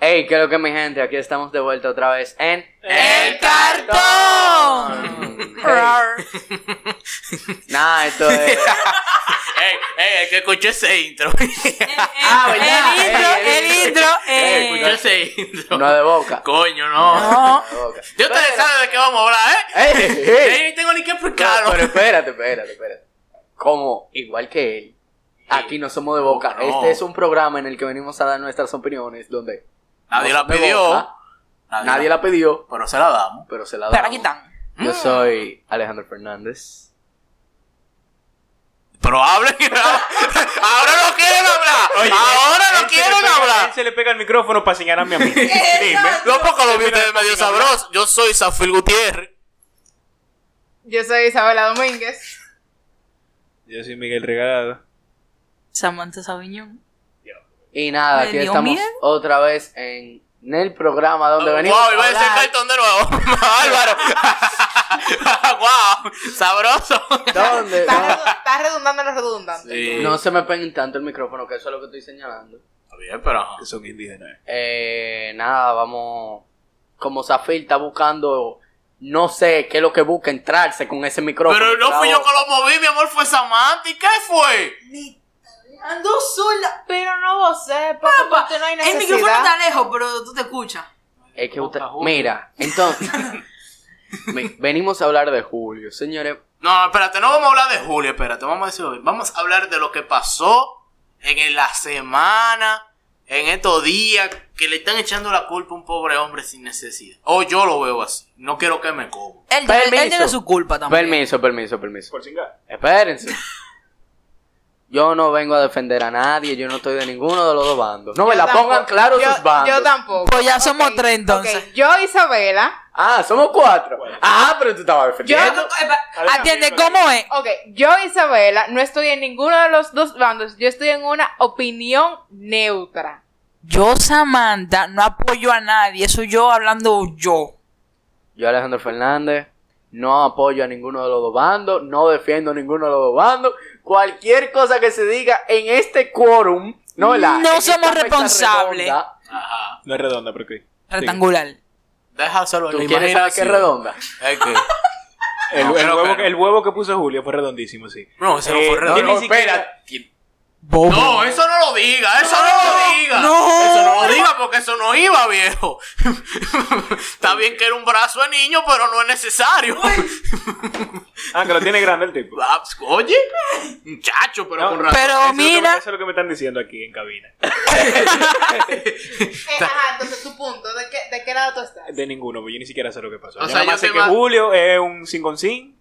Hey, ¿qué es lo que mi gente? Aquí estamos de vuelta otra vez en ¡El cartón! Hey. Nada, esto es. ey, ey, el que escuchó ese intro. Ah, ¿verdad? El intro, Ey, el intro, Ey, eh. escuchó ese intro. No de boca. Coño, no. No No. de boca. Yo ustedes saben de qué vamos a hablar, ¿eh? ¡Ey! Yo ¡Ey! ni tengo ni que No, explicarlo. Pero espérate, espérate, espérate. Como, igual que él, aquí no somos de boca. No. Este es un programa en el que venimos a dar nuestras opiniones, donde Nadie no la son de pidió. boca, nadie la pidió, Pero se la damos. pero se la Pero damos. aquí están. Mm. Yo soy Alejandro Fernández. Pero hablen. Ahora no quieren hablar. Ahora este, no quieren hablar. se le pega el micrófono para señalar a mi amigo. No, porque lo vi ustedes medio sabroso. Yo soy Zafil Gutiérrez. Yo soy Isabela Domínguez. Yo soy Miguel Regalado. Samantha Sabiñón. Y nada, Me aquí dio estamos miedo. otra vez en, en el programa donde Wow, venimos. Ah, iba a decir hablar- cartón de nuevo. Álvaro. Wow, sabroso. ¿Dónde? Estás redu- estás redundando lo redundante. Sí. No se me peguen tanto el micrófono, que eso es lo que estoy señalando. Está bien, pero. Que son indígenas. Eh, nada, vamos. Como Zafir está buscando, no sé qué es lo que busca, entrarse con ese micrófono. Pero no fui yo Claro. que lo moví, mi amor, fue Samantha. ¿Y qué fue? Ando sola. Pero no vos eh, sé, porque tú no hay El necesidad. micrófono está lejos, pero tú te escuchas. Es que usted- Boca, Julio. Mira, entonces. mi- venimos a hablar de Julio, señores. No, espérate, no vamos a hablar de Julio, espérate, vamos a decirlo bien. Vamos a hablar de lo que pasó en la semana, en estos días, que le están echando la culpa a un pobre hombre sin necesidad. O yo lo veo así, no quiero que me coma. Él, Permiso. tiene- él tiene su culpa también. Permiso, permiso, permiso. Por chingar. Espérense. Yo no vengo a defender a nadie, yo no estoy de ninguno de los dos bandos. No, me Yo la tampoco. pongan claro Yo- sus bandos. Yo tampoco. Pues ya somos Ok, tres entonces. ok. Yo, Isabela. Ah, somos cuatro. Bueno. Ah, pero tú estabas Yo- defendiendo. epa, Atiende, ¿cómo es? Ok, yo, Isabela, no estoy en ninguno de los dos bandos. Yo estoy en una opinión neutra. Yo, Samantha, no apoyo a nadie. Eso yo hablando yo. Yo, Alejandro Fernández, no apoyo a ninguno de los dos bandos, no defiendo a ninguno de los dos bandos. Cualquier cosa que se diga en este quórum, no, ¿verdad? No En esta somos mesa responsables. redonda, Ajá. No es redonda, pero qué. Rectangular. Déjaselo a ¿Tú la quieres saber qué es imaginación. redonda? Es que... El, No, el creo huevo, que no. el huevo que puso Julio fue redondísimo, sí. No, eso no Eh, fue no, redondo. no, espera. Bobo. No, eso no lo diga, eso no, lo diga. no. Eso no lo diga porque eso no iba, viejo. Está bien que era un brazo de niño, pero no es necesario. Ah, que lo tiene grande el tipo. Ah, Oye, muchacho, pero No, con razón. Pero Eso es lo que me- mira, eso es lo que me están diciendo aquí en cabina. Eh, ajá, entonces tu punto, ¿de qué, de qué lado tú estás? De ninguno, porque yo ni siquiera sé lo que pasó. O yo sea, nada más yo sé te que ma- Julio es un cinconcín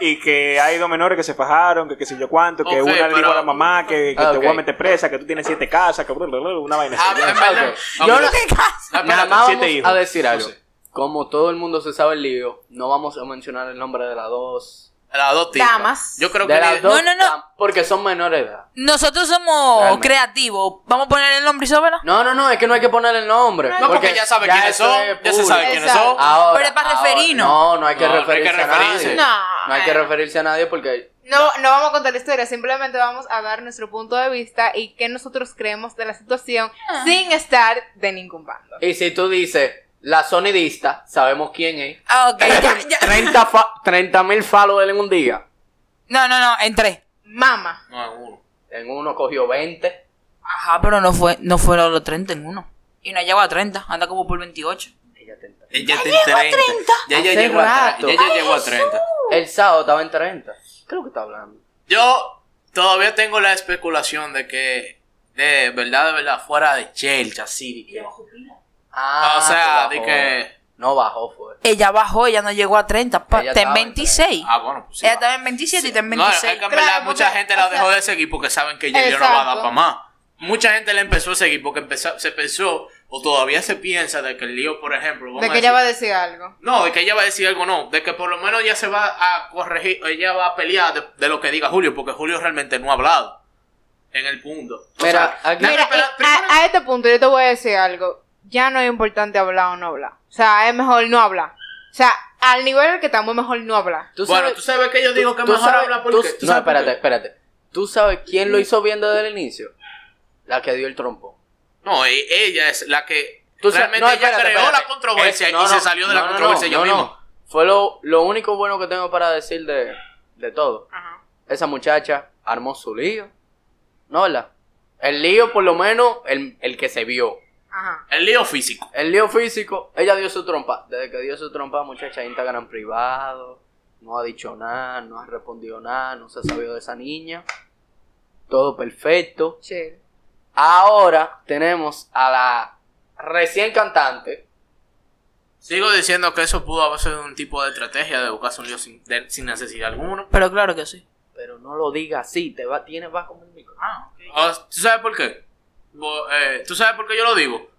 y que hay dos menores que se fajaron, que qué sé yo cuánto, que Ok, una le dijo pero- a la mamá que, que Ah, te ok. voy a meter presa, que tú tienes siete casas, que bla, bla, bla, una vaina. Ah, así. en verdad. Ok. Yo no- Ah, espérate, Nada más siete vamos hijos. a decir No algo. sé. Como todo el mundo se sabe el lío, no vamos a mencionar el nombre de las dos. Las dos tipas. Damas. Yo creo de que las ni- dos No, no, no. tam- Porque son menores de edad. nosotros somos Realmente. creativos. Vamos a poner el nombre Isabela. No, no, no, es que no hay que poner el nombre. No, porque, ya sabe quiénes eso son. es Ya se sabe público. quiénes Exacto. son. Ahora, Pero es para ahora, referirnos. No, no hay que No, no hay que referirse a referirse. nadie. No, No hay que bueno. referirse a nadie porque No, no vamos a contar la historia, simplemente vamos a dar nuestro punto de vista y qué nosotros creemos de la situación sin estar de ningún bando. Y si tú dices la sonidista, sabemos quién es. Ah, ok. ya, ya. 30 fa- 30 mil followers en un día. No, no, no, entré. Mama, No, uno. En uno cogió 20. Ajá, pero no fue, no fueron los 30 en uno. Y no llegó a 30, anda como por 28. Ella está en 30. Ella está en 30. Ya ella Hace llegó a rato. 30. Ya ella llegó a 30. El sábado estaba en 30. Creo que está hablando. Yo todavía tengo la especulación de que, de verdad, de verdad, fuera de Chelsea, así. de que- Ah, o sea, que de bajó. que. No bajó, fue. Ella bajó, ella no llegó a 30. pa- Ella Está en estaba en 26. Ah, bueno, pues sí. Ella va. estaba en 27 y está en No, es 26. que en verdad Claro, mucha porque- gente la o sea- dejó de seguir porque saben que Yelio no va a dar Exacto. para más. Mucha gente le empezó a seguir porque empezó, se pensó, o todavía se piensa de que el lío, por ejemplo. vamos de a que decir- ella va a decir algo. No, de que ella va a decir algo, no. De que por lo menos ella se va a corregir, ella va a pelear de, de lo que diga Julio, porque Julio realmente no ha hablado en el punto. O Mira, sea, aquí- no, no, Mira, pero- y primero- a, a este punto yo te voy a decir algo. Ya no es importante hablar o no hablar. O sea, es mejor no hablar. O sea, al nivel al que estamos, es mejor no hablar. ¿Tú bueno, tú sabes que yo digo que tú mejor sabes- habla tú- porque. ¿tú No, sabes por qué? espérate, espérate. ¿Tú sabes quién lo hizo bien desde el inicio? La que dio el trompo. No, e- ella es la que Tú sabes- realmente no, ella espérate, creó espérate. la controversia Es- no, y no, se salió de la no, no, controversia no, ella no. misma. Fue lo, lo único bueno que tengo para decir de, de todo. Ajá. Esa muchacha armó su lío. ¿No, verdad? El lío, por lo menos, el, el que se vio. Ajá. El lío físico. El lío físico, ella dio su trompa. Desde que dio su trompa, muchacha, Instagram privado. No ha dicho nada, no ha respondido nada, no se ha sabido de esa niña. Todo perfecto. Che. Ahora tenemos a la recién cantante. Sigo diciendo que eso pudo haber sido un tipo de estrategia de buscarse un lío sin, de- sin necesidad alguna. Pero claro que sí. Pero no lo diga así, te va, tienes, vas como un micro. Ah, ok. O- ¿Tú sabes por qué? Bo- eh, ¿Tú sabes por qué yo lo digo?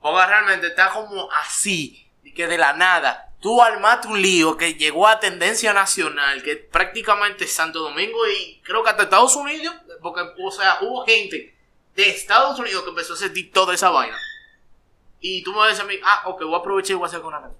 Porque realmente está como así, y que de la nada. Tú armaste un lío que llegó a tendencia nacional, que prácticamente es Santo Domingo y creo que hasta Estados Unidos, porque, o sea, hubo gente de Estados Unidos que empezó a sentir toda esa vaina. Y tú me dices a mí, ah, ok, voy a aprovechar y voy a hacer con la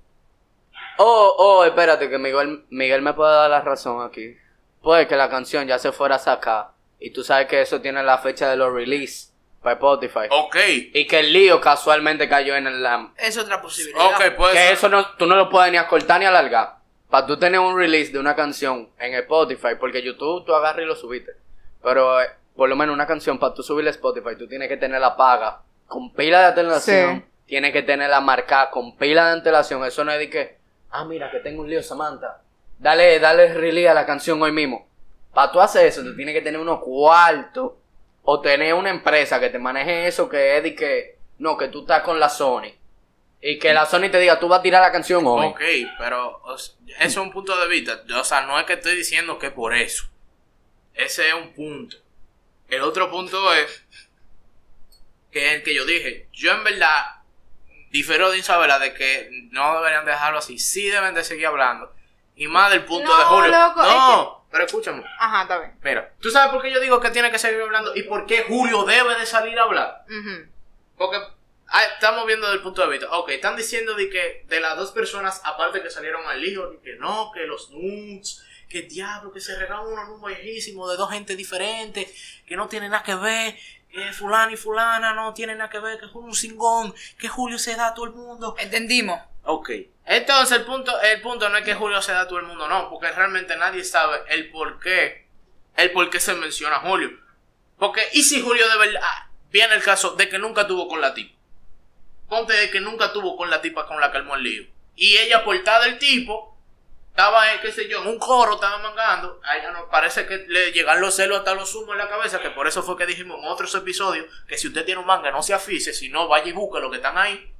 Oh, oh, espérate, que Miguel, Miguel me puede dar la razón aquí. Puede que la canción ya se fuera a sacar. Y tú sabes que eso tiene la fecha de los release para Spotify. Ok, Y que el lío casualmente cayó en la... Es otra posibilidad. ok, pues. que eso no, tú no lo puedes ni acortar ni alargar. Para tú tener un release de una canción en Spotify, porque YouTube tú agarras y lo subiste. Pero eh, por lo menos una canción, para tú subirla a Spotify, tú tienes que tener la paga con pila de antelación. Sí. Tienes que tenerla marcada con pila de antelación. Eso no es de que, ah, mira, que tengo un lío, Samantha. Dale, dale release a la canción hoy mismo. Para tú hacer eso, tú tienes que tener unos cuartos o tener una empresa que te maneje eso, que es de que, no, que tú estás con la Sony. Y que la Sony te diga, tú vas a tirar la canción hoy. Ok, pero o sea, eso es un punto de vista. O sea, no es que estoy diciendo que por eso. Ese es un punto. El otro punto es que es el que yo dije. Yo en verdad difiero de Isabela de que no deberían dejarlo así. Sí deben de seguir hablando. Y más del punto No, de Julio. loco, no, pero escúchame. Ajá, está bien. Mira, ¿tú sabes por qué yo digo que tiene que seguir hablando y por qué Julio debe de salir a hablar? Ujú. Porque ah, estamos viendo del punto de vista. Ok, están diciendo de que de las dos personas, aparte que salieron al hijo, de que no, que los nudes, que diablo, que se regalan unos nudes viejísimos de dos gente diferentes, que no tiene nada que ver, que fulano y fulana no tienen nada que ver, que es un cingón, que Julio se da a todo el mundo. Entendimos. Ok. Entonces el punto, el punto no es que Julio se da a todo el mundo, no, porque realmente nadie sabe el por qué, el por qué se menciona a Julio. Porque, ¿y si Julio de verdad ah, viene el caso de que nunca tuvo con la tipa? Ponte de que nunca tuvo con la tipa con la que armó el lío. Y ella portada del tipo, estaba, eh, qué sé yo, en un coro, estaba mangando. A ella no, parece que le llegan los celos hasta los humos en la cabeza, que por eso fue que dijimos en otros episodios que si usted tiene un manga no se afice, si no vaya y busque lo que están ahí.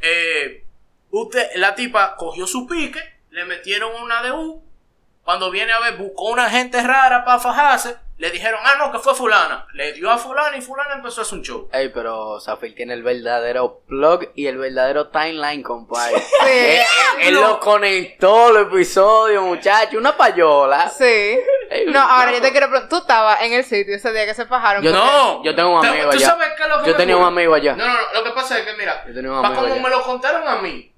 Eh, usted, la tipa cogió su pique, le metieron una de U. Cuando viene a ver, buscó una gente rara para fajarse. Le dijeron, ah, no, que fue fulana. Le dio a fulana y fulana empezó a hacer un show. Ey, pero Safir tiene el verdadero plug y el verdadero timeline, compadre. él, él lo conectó los episodios, muchacho. Una payola. Sí. Ey, No, ahora yo te loco. quiero preguntar. Tú estabas en el sitio ese día que se fajaron. Yo porque- no. Yo tengo un ¿Tú- amigo tú allá. sabes qué es lo que Yo me tenía un ocurre? amigo allá. No, no, no, lo que pasa es que, mira, Yo tenía un para amigo como allá. me lo contaron a mí,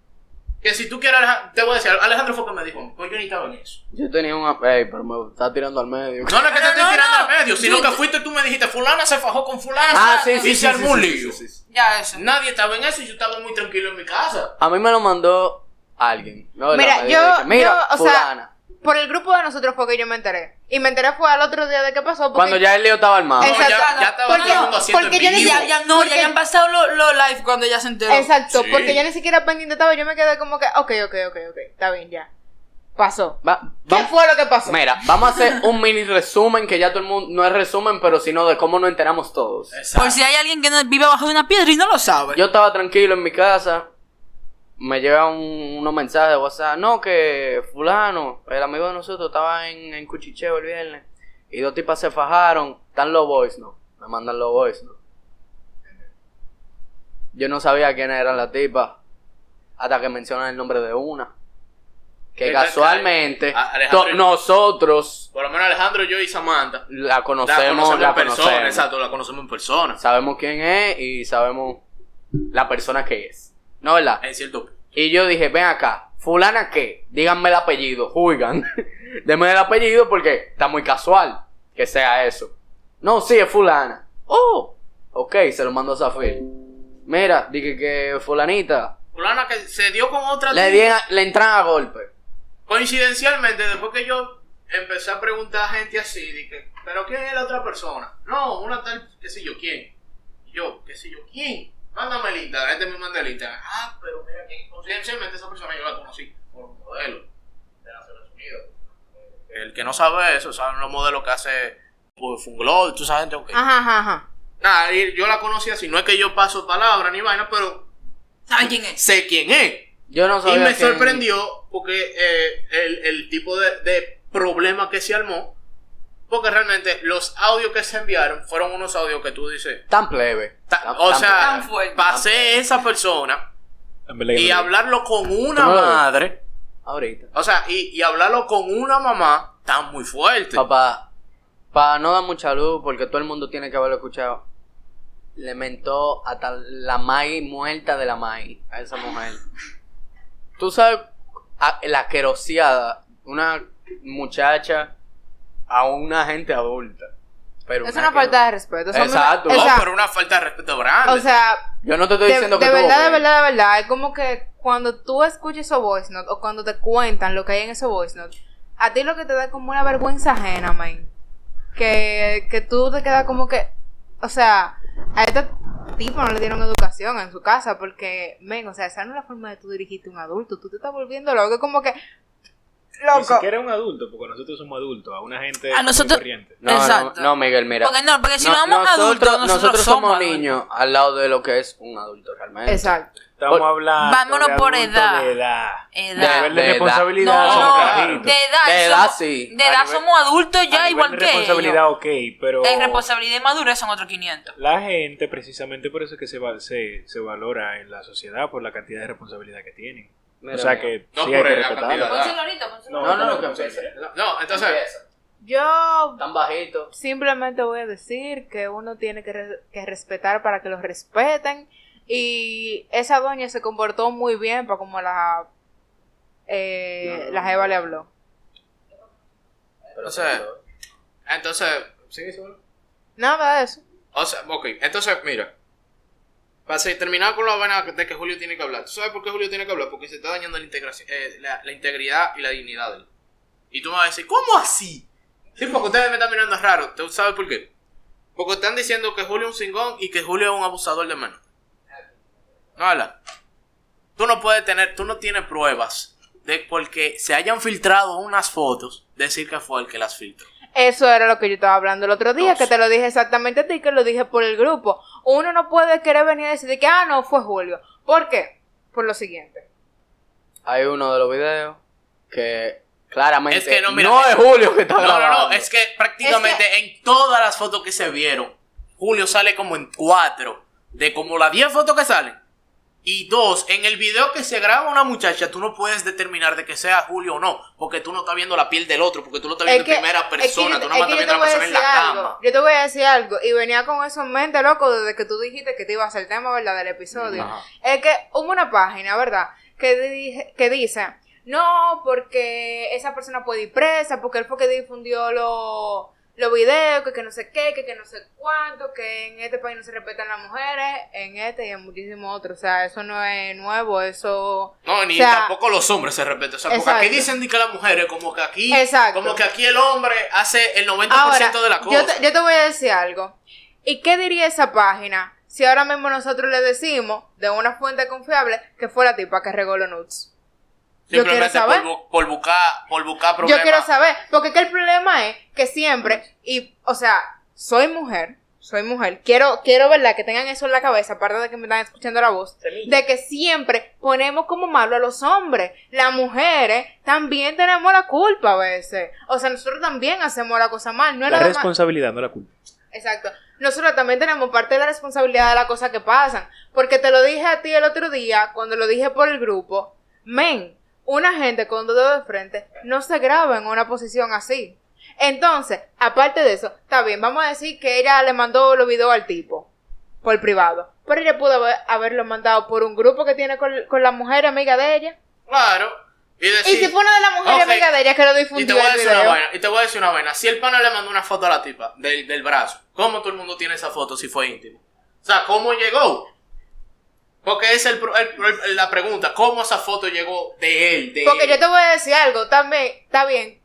que si tú quieres, Alej- te voy a decir, Alejandro fue que me dijo, pues yo ni estaba en eso. Yo tenía un... Ey, pero me está tirando al medio. No, no es que te No, estoy no, tirando no. al medio, sino Sí, que tú- fuiste tú me dijiste, fulana se fajó con fulana Ah, sí, sí, sí, y se sí, armó un sí, sí, lío. sí, sí. Ya eso. Nadie estaba en eso y yo estaba muy tranquilo en mi casa. A mí me lo mandó alguien. ¿no? Mira, Me dijo yo- de que, Mira, yo, o sea, fulana. Por el grupo de nosotros fue que yo me enteré. Y me enteré fue al otro día de qué pasó. Porque... Cuando ya el lío estaba armado. No, Ah, ya, Exacto. ya estaba Porque- todo el mundo haciendo porque en yo vivo. decía, Ya, ya, no, ya Porque- habían pasado los lo live cuando ya se enteró. Exacto, Sí. porque yo ni siquiera pendiente estaba. Yo me quedé como que, ok, ok, ok, ok. Está bien, ya. Pasó. Va- ¿Qué va- fue lo que pasó? Mira, vamos a hacer un mini resumen que ya todo el mundo no es resumen, pero sino de cómo nos enteramos todos. Exacto. Por si hay alguien que no- vive bajo de una piedra y no lo sabe. Yo estaba tranquilo en mi casa, me llegan un- unos mensajes de WhatsApp, no, que fulano, el amigo de nosotros, estaba en, en Cuchicheo el viernes, y dos tipas se fajaron, están los boys, no, me mandan los boys, no. Yo no sabía quiénes eran las tipas, hasta que mencionan el nombre de una. Que Venga, casualmente a- Alejandro. to- nosotros Por lo menos Alejandro, yo y Samantha. la la conocemos, conocemos la en persona, conocemos. exacto, la conocemos en persona. Sabemos quién es y sabemos la persona que es. ¿No, verdad? En cierto punto. Y yo dije, ven acá, fulana qué, díganme el apellido, Juigan. Deme el apellido porque está muy casual que sea eso. No, sí, es fulana. Oh, Ok, se lo mando a Zafir. Mira, dije que fulanita. Fulana que se dio con otra Le, tipa. di a- le entran a golpe. Coincidencialmente, después que yo empecé a preguntar a gente así, dije, ¿pero quién es la otra persona? No, una tal, qué sé yo, ¿quién? Y yo, qué sé yo, ¿quién? Mándame el Instagram, este me manda el Instagram. Ah, pero mira, ¿quién? Coincidencialmente esa persona yo la conocí por un modelo de Naciones Unidas. El que no sabe eso, saben los modelos que hace pues, Funglod, tú sabes, gente, que Ajá, ajá, ajá. Nada, y yo la conocí así, no es que yo paso palabras ni vaina, pero ¿Saben quién es? sé quién es. Yo no sabía. Y me quién- sorprendió porque eh, el, el tipo de, de problema que se armó, porque realmente los audios que se enviaron fueron unos audios que tú dices, Tan plebe. ta- Tan- o tan sea, tan fuerte. pasé esa persona En verdad, y en verdad. hablarlo con una Tú no lo ves. madre, plebe. Ahorita. o sea, y, y hablarlo con una mamá tan muy fuerte. Este. Papá, para no dar mucha luz, porque todo el mundo tiene que haberlo escuchado, le mentó hasta la Mai muerta de la Mai a esa mujer. Tú sabes, a- la queroseada, una muchacha a una gente adulta. Pero Es una falta de respeto. O sea, a mí me- Exacto. o No, sea, Oh, pero una falta de respeto grande. o sea, Yo no te de, estoy diciendo que de tú, verdad, de hombre. verdad, de verdad, es como que cuando tú escuchas esos voice note o cuando te cuentan lo que hay en esos voice note, a ti lo que te da es como una vergüenza ajena, man. Que, que tú te quedas como que, o sea, a este tipo no le dieron educación en su casa porque, men, o sea, esa no es la forma de tú dirigirte a un adulto, tú te estás volviendo loco, como que, Ni loco. siquiera un adulto, porque nosotros somos adultos, a una gente A nosotros- muy corriente. No, no, Exacto. no, Miguel, mira. Porque no, porque si no vamos nosotros, adultos, nosotros somos somos adultos. niños al lado de lo que es un adulto realmente. Exacto. Estamos Por- hablando. Vámonos de por adultos edad. De edad. De- A Edad. nivel de, de edad. responsabilidad, somos No, carajitos. de edad. De edad, somos- sí. De A edad nivel- somos adultos A ya nivel igual de que responsabilidad, ellos. ok, pero. En responsabilidad y madurez son otros 500. La gente, precisamente por eso es que se, va- se, se valora en la sociedad, por la cantidad de responsabilidad que tienen. Mira, o sea mira. que No sí por hay que la respetarlo. cantidad. Pónselo ahorita, No, no, no, que responsabilidad. no, entonces, Empieza. Yo Tan bajito. Simplemente voy a decir que uno tiene que, re- que respetar para que los respeten. Y esa doña se comportó muy bien para como la, eh, la Jeva le habló. Pero- O sea, entonces, ¿sí, sí, Nada de eso. O sea, ok, entonces, mira. Para se- terminar con la vaina de que Julio tiene que hablar. ¿Tú sabes por qué Julio tiene que hablar? Porque se está dañando la, integración, eh, la, la integridad y la dignidad de él. Y tú me vas a decir, ¿cómo así? Sí, porque ustedes me están mirando raro. ¿Tú sabes por qué? Porque están diciendo que Julio es un cingón y que Julio es un abusador de menores. No, habla. Tú no puedes tener, tú no tienes pruebas de porque se hayan filtrado unas fotos, decir que fue el que las filtró. Eso era lo que yo estaba hablando el otro día, No que sé. te lo dije exactamente a ti, que lo dije por el grupo. Uno no puede querer venir a decir de que, ah, no, fue Julio. ¿Por qué? Por lo siguiente. hay uno de los videos que claramente Es que no, mira, es Julio que está No, no, grabando. no, es que prácticamente en todas las fotos que se vieron, Julio sale como en cuatro, de como las 10 fotos que salen. Y dos, en el video que se graba una muchacha, tú no puedes determinar de que sea Julio o no, porque tú no estás viendo la piel del otro, porque tú lo estás viendo Es que- en primera es que yo persona, te- tú no es estás que yo viendo te a la voy a persona en la decir algo. cama. Yo te voy a decir algo. Y venía con eso en mente, loco, desde que tú dijiste que te iba a hacer el tema, ¿verdad? Del episodio. Ajá. Es que hubo una página, ¿verdad? Que, dije- que dice, no, porque esa persona puede ir presa, porque él fue que difundió los los videos, que, que no sé qué, que, que no sé cuánto, que en este país no se respetan las mujeres, en este y en muchísimos otros. O sea, eso no es nuevo, eso... No, ni O sea, tampoco los hombres se respetan. O sea, porque aquí exacto. dicen de que las mujeres, como que aquí, Exacto. como que aquí el hombre hace el 90% Ahora, de la cosa. yo te, yo te voy a decir algo. ¿Y qué diría esa página si ahora mismo nosotros le decimos de una fuente confiable que fue la tipa que regó los nudes? Yo quiero Simplemente por, saber. bu- por buscar, por buscar problemas. Yo quiero saber, porque es que el problema es que siempre, y, o sea, soy mujer, soy mujer, quiero, quiero verdad que tengan eso en la cabeza, aparte de que me están escuchando la voz, de que siempre ponemos como malo a los hombres. Las mujeres también tenemos la culpa a veces. O sea, nosotros también hacemos la cosa mal, no es La nada más- responsabilidad, no la culpa. Exacto. Nosotros también tenemos parte de la responsabilidad de las cosas que pasan. Porque te lo dije a ti el otro día, cuando lo dije por el grupo, men, una gente con dos dedos de frente no se graba en una posición así. Entonces, aparte de eso, está bien, vamos a decir que ella le mandó los videos al tipo, por privado. Pero ella pudo haber- haberlo mandado por un grupo que tiene con, con la mujer amiga de ella. Claro. Y, decir, Y si fue una de las mujeres Ok. amigas de ella que lo Y te difundió voy a el decir una video. vaina, y te voy a decir una vaina. Si el pana le mandó una foto a la tipa del, del brazo, ¿cómo todo el mundo tiene esa foto si fue íntimo? O sea, ¿cómo llegó? Porque esa es el pro- el- el- la pregunta. ¿Cómo esa foto llegó de él? De Porque él? yo te voy a decir algo, también, está bien,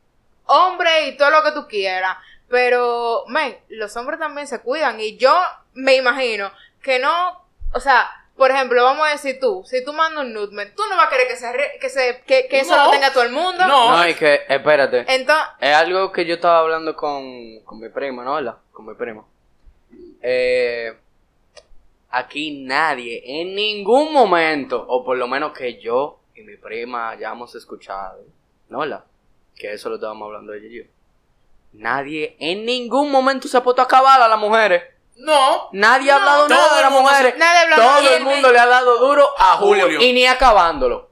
hombre y todo lo que tú quieras, pero, men, los hombres también se cuidan y yo me imagino que no, o sea, por ejemplo, vamos a decir tú, si tú mandas un nude, men, tú no vas a querer que, se, re- que, se, que, que eso No. lo tenga todo el mundo. No. No, y que, espérate. Entonces, Es algo que yo estaba hablando con, con mi primo, ¿no? ¿Verdad? Con mi primo. Eh, aquí nadie, en ningún momento, o por lo menos que yo y mi prima hayamos escuchado, ¿no? ¿Verdad? Que eso lo estábamos hablando ella y yo. Nadie en ningún momento se ha puesto a cavar a las mujeres. No. Nadie ha hablado todo nada de el las mundo- mujeres. nadie ha hablado. Y Todo el el mundo le ha dado duro a Julio. Julio. Y ni acabándolo.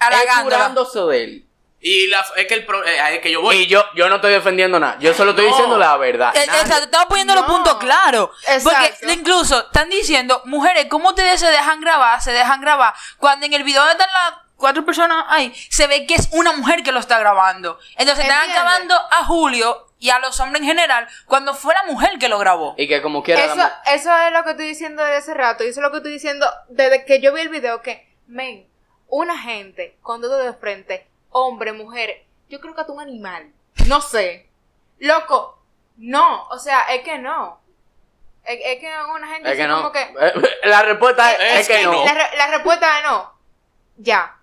Es halagándola. curándose de él. Y la, es que el pro- eh, ahí es que yo voy. Y yo, yo no estoy defendiendo nada. Yo solo estoy No. diciendo la verdad. Eh, Nadie- Exacto, estamos poniendo los No. puntos claros. Exacto. Porque incluso están diciendo, mujeres, ¿cómo ustedes se dejan grabar? Se dejan grabar. Cuando en el video están las cuatro personas ahí, se ve que es una mujer que lo está grabando. Entonces están ¿Entiendes? grabando a Julio y a los hombres en general cuando fue la mujer que lo grabó. Y que como quiera. la eso, mu- eso es lo que estoy diciendo desde hace rato, y eso es lo que estoy diciendo desde que yo vi el video, que, men, una gente con dedo de frente, hombre, mujer, yo creo que tú un animal, no sé, loco, no, o sea, es que no, es, es que una gente Es que así no. como que, La respuesta es, Es es que, que no. la, re- la respuesta es no, ya,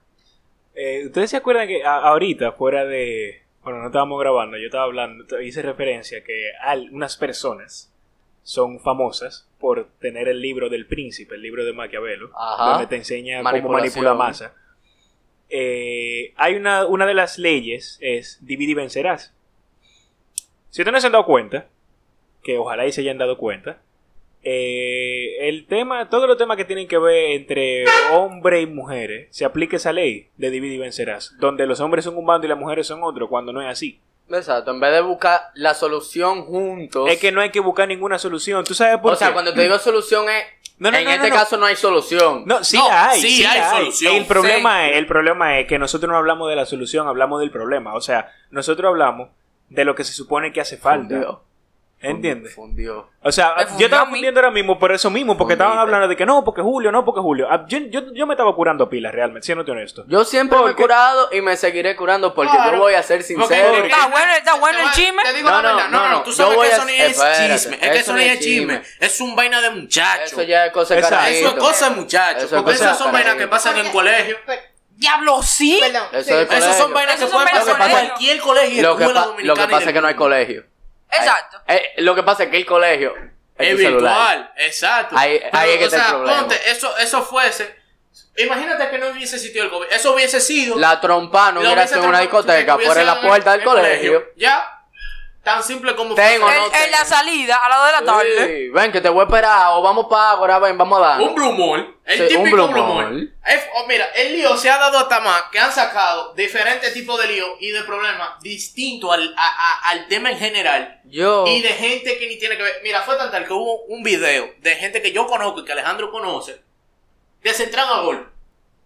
Eh, ¿Ustedes se acuerdan que a- ahorita, fuera de... Bueno, no estábamos grabando, yo estaba hablando, t- hice referencia que al- unas personas son famosas por tener el libro del príncipe, el libro de Maquiavelo, Ajá. donde te enseña cómo Manipulación. manipula masa. Eh, hay una, una de las leyes es dividir y vencerás. Si ustedes no se han dado cuenta, que ojalá y se hayan dado cuenta, eh, el tema, todos los temas que tienen que ver entre hombre y mujeres, se aplica esa ley de divide y vencerás, donde los hombres son un bando y las mujeres son otro, cuando no es así. Exacto. En vez de buscar la solución juntos. Es que no hay que buscar ninguna solución, ¿tú sabes por o qué? sea, cuando te digo solución es. No, no, en no, no, este no. caso no hay solución. No, sí No, la hay. sí Sí, la hay hay solución. El problema, es, el problema es que nosotros no hablamos de la solución, hablamos del problema. O sea, nosotros hablamos de lo que se supone que hace falta. Fundió. ¿Entiendes? Fundió. O sea, Me yo fundió a estaba mí. fundiendo ahora mismo por eso mismo, porque estaban Fundiste. hablando de que no, porque Julio, no, porque Julio. Ah, Yo, yo- yo me estaba curando pilas realmente, siéndote honesto. Yo siempre me he Porque- curado y me seguiré curando porque Claro. yo voy a ser sincero. Porque- Está bueno, está bueno Te el voy- chisme. Te digo No, la no, verdad. No, no, no, no. tú Yo sabes voy que a- eso ni es espérate, chisme. Es que eso ni es chisme. Es un vaina de muchacho. Eso ya es cosa de Esa- carajito. Eso es cosa de muchacho. Eso es porque cosa esas de son vainas que carajito. pasan en el Porque- colegio. per- Diablo, sí. perdón, Eso sí. es colegio. Esas son vainas que Esos pueden son pasar en vainas- cualquier colegio de Lo que, escuela pa- lo dominicana. que y pasa del es que no hay mundo. colegio. Exacto. Eh, lo que pasa es que el colegio Es tu celular. virtual, exacto. Ahí- ahí es que o está el sea, problema. ponte, eso, eso fuese. Imagínate que no hubiese existido el COVID. Eso hubiese sido. La trompa no lo hubiera hubiese sido en una transformado- discoteca, hubiese fuera en la dado en puerta del el colegio. Ya. Tan simple como Tengo, fuese. no En- en la tengo. salida, a la de la tarde. Sí, ven que te voy a esperar, o vamos para ahora, ven, vamos a dar. Un blumol. El Sí, un típico blue blumol. moon. mira, el lío se ha dado hasta más que han sacado diferentes tipos de lío y de problemas distintos al, a- a- al tema en general. Yo, Y de gente que ni tiene que ver. Mira, fue tan tal que hubo un video de gente que yo conozco y que Alejandro conoce. Que se entran a golpe.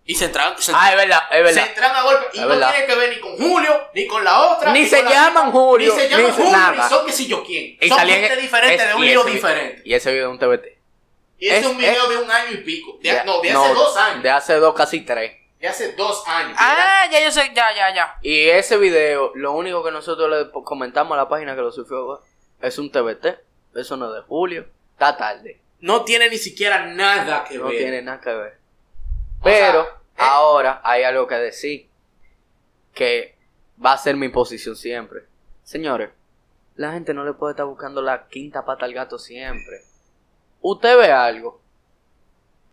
Y se entran, se, ah, es verdad, es se verdad. entran a golpe. Y Es no verdad. tiene que ver ni con Julio, ni con la otra. Ni se con la llaman misma. Julio, Ni se llaman ni Julio, nada. ni son que si yo quién. Y son salían- gente diferente es- de y un ese lío video- diferente. Y ese video es un TBT. Y ese es, es- un video es- de un año y pico. De- Ya- no, de hace dos años. De hace dos, casi tres. De hace dos años. Ah, ya yo sé, ya, ya, ya. Y ese video, lo único que nosotros le po- comentamos a la página que lo sufrió es un TBT. Eso no es de Julio. Está tarde. no tiene ni siquiera nada que no ver. tiene nada que ver. O Pero sea, eh. ahora hay algo que decir que va a ser mi posición siempre. Señores, la gente no le puede estar buscando la quinta pata al gato siempre. Usted ve algo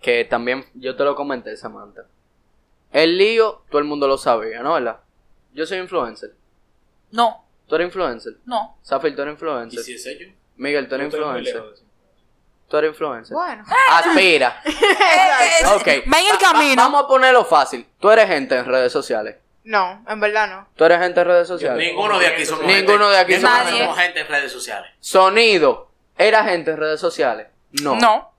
que también yo te lo comenté, Samantha. El lío, todo el mundo lo sabía, ¿no? ¿Verdad? Yo soy influencer. No, Tú eres influencer. no. Safir, tú eres ¿Y influencer. si es ello? Miguel, tú eres Yo estoy muy influencer. lejos de eso. Tú eres influencer. bueno, Aspira. Eh, eh, Ok. Va en el Va- va- camino. vamos a ponerlo fácil. Tú eres gente en redes sociales. no, en verdad no, Tú eres gente en redes sociales. Ninguno de aquí somos Ninguno gente- de aquí ninguno somos- somos gente en redes sociales. Sonido. ¿Era gente en redes sociales? No. No.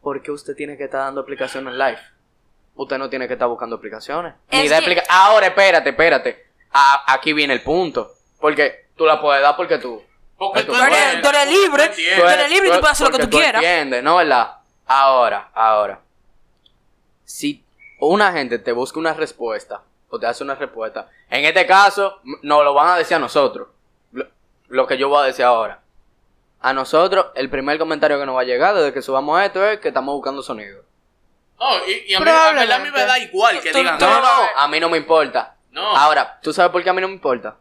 ¿Por qué usted tiene que estar dando aplicaciones live? Usted no tiene que estar buscando aplicaciones. Ni Es da que- aplica- Ahora, espérate, espérate. A- aquí viene el punto. Porque tú la puedes dar porque tú. Porque Tú Tú eres, tú eres libre. Tú entiendes. eres libre y tú puedes hacer lo que Eh, porque tú quieras. entiendes, ¿no? ¿Verdad? Ahora, ahora. Si una gente te busca una respuesta o te hace una respuesta, en este caso, m- nos lo van a decir a nosotros. Lo, lo que yo voy a decir ahora. A nosotros, el primer comentario que nos va a llegar desde que subamos esto es que estamos buscando sonido. No, y, y a, mí, a mí- a mí me da igual que digan. No, eso. no, eh. a mí no me importa. No. Ahora, ¿tú sabes por qué a mí no me importa?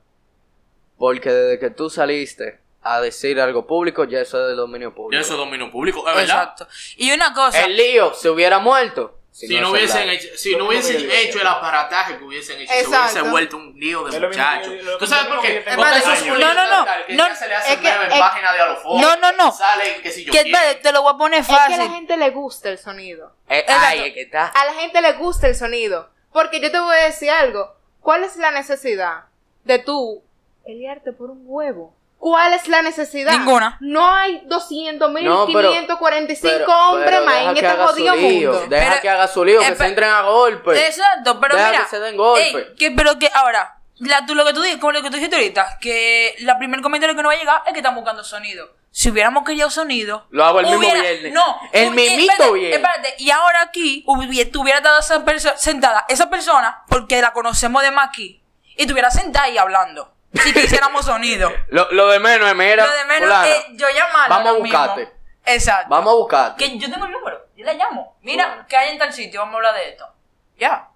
Porque desde que tú saliste a decir algo público, ya eso es del dominio público. Ya eso es dominio público, es verdad. Exacto. Y una cosa. el lío se hubiera muerto. Si no hubiesen hecho, si no hubiesen hecho el aparataje que hubiesen hecho, se Exacto. hubiese vuelto un lío de Es lo mismo muchachos. que- lo ¿Tú sabes mismo por que qué? yo tengo Porque años. esos políticos No, no, no. tal, que no, ya se le hace es un que- breve es- página de Alofón, No, no, no. Sale, que si yo que quiero. espérate, te lo voy a poner Es que a fácil. la gente le gusta el sonido. Eh, ay, Exacto. es que está. A la gente le gusta el sonido. Porque yo te voy a decir algo. ¿Cuál es la necesidad de tú pelearte por un huevo? ¿Cuál es la necesidad? Ninguna. No hay 200 mil, No, pero- 545 Pero- hombres pero más deja en que este haga su jodido lío, mundo. Deja Pero- que haga su lío, que eh, se pe- entren a golpes. Exacto, pero Pues, Deja mira. que se den golpe. ey, que, pero que ahora, la- tú- lo que tú dices, como lo que tú dijiste ahorita, que la primer comentario que nos va a llegar es que están buscando sonido. Si hubiéramos querido sonido, Lo hago el mismo viernes. No, El hubi- mismito espérate, viernes. Espérate, y ahora aquí hubi- te hubiera estado esa perso- sentada, esa persona, porque la conocemos de más aquí, y tuviera sentada y hablando. Si quisiéramos sonido. Lo, lo de menos es, mira. lo de menos fulana, es yo llamarla. Vamos a ahora mismo. buscarte. Exacto. Vamos a buscarte. Que yo tengo el número, yo la llamo. Mira, que hay en tal sitio, vamos a hablar de esto. Ya.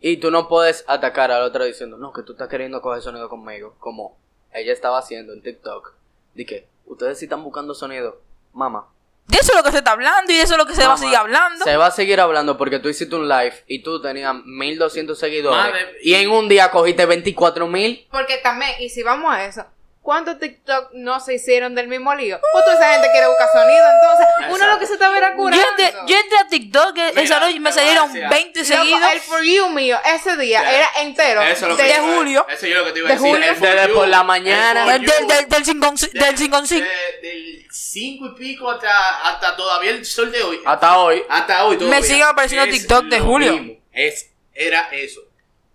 Y tú no puedes atacar al otro diciendo, no, que tú estás queriendo coger sonido conmigo. Como ella estaba haciendo en TikTok. Dije, ustedes sí están buscando sonido. Mamá. De eso es lo que se está hablando y de eso es lo que se va a mamá, seguir hablando. Se va a seguir hablando porque tú hiciste un live y tú tenías 1200 seguidores. Madre- y en un día cogiste 24000. Porque también, y si vamos a eso, ¿cuántos TikTok no se hicieron del mismo lío? Pues toda esa gente quiere buscar sonido, entonces uno lo que se está verá Yo curando. entré, yo entré a TikTok eh, Mira, esa noche y te voy me a salieron decir algo. 20 Loco, seguidos. el for you mío, ese día Ya. era entero. Eso es lo que de yo iba a- julio. Eso yo lo que te iba a De decir. julio. el for Desde you, por la el mañana. for Del, you, del, del, del cinconcin- del cinconcin. de- Del 5 y pico hasta, hasta todavía el sol de hoy. Hasta hoy. Hasta hoy todavía. Me sigue apareciendo Es TikTok de lo Julio. mismo. Es, era eso.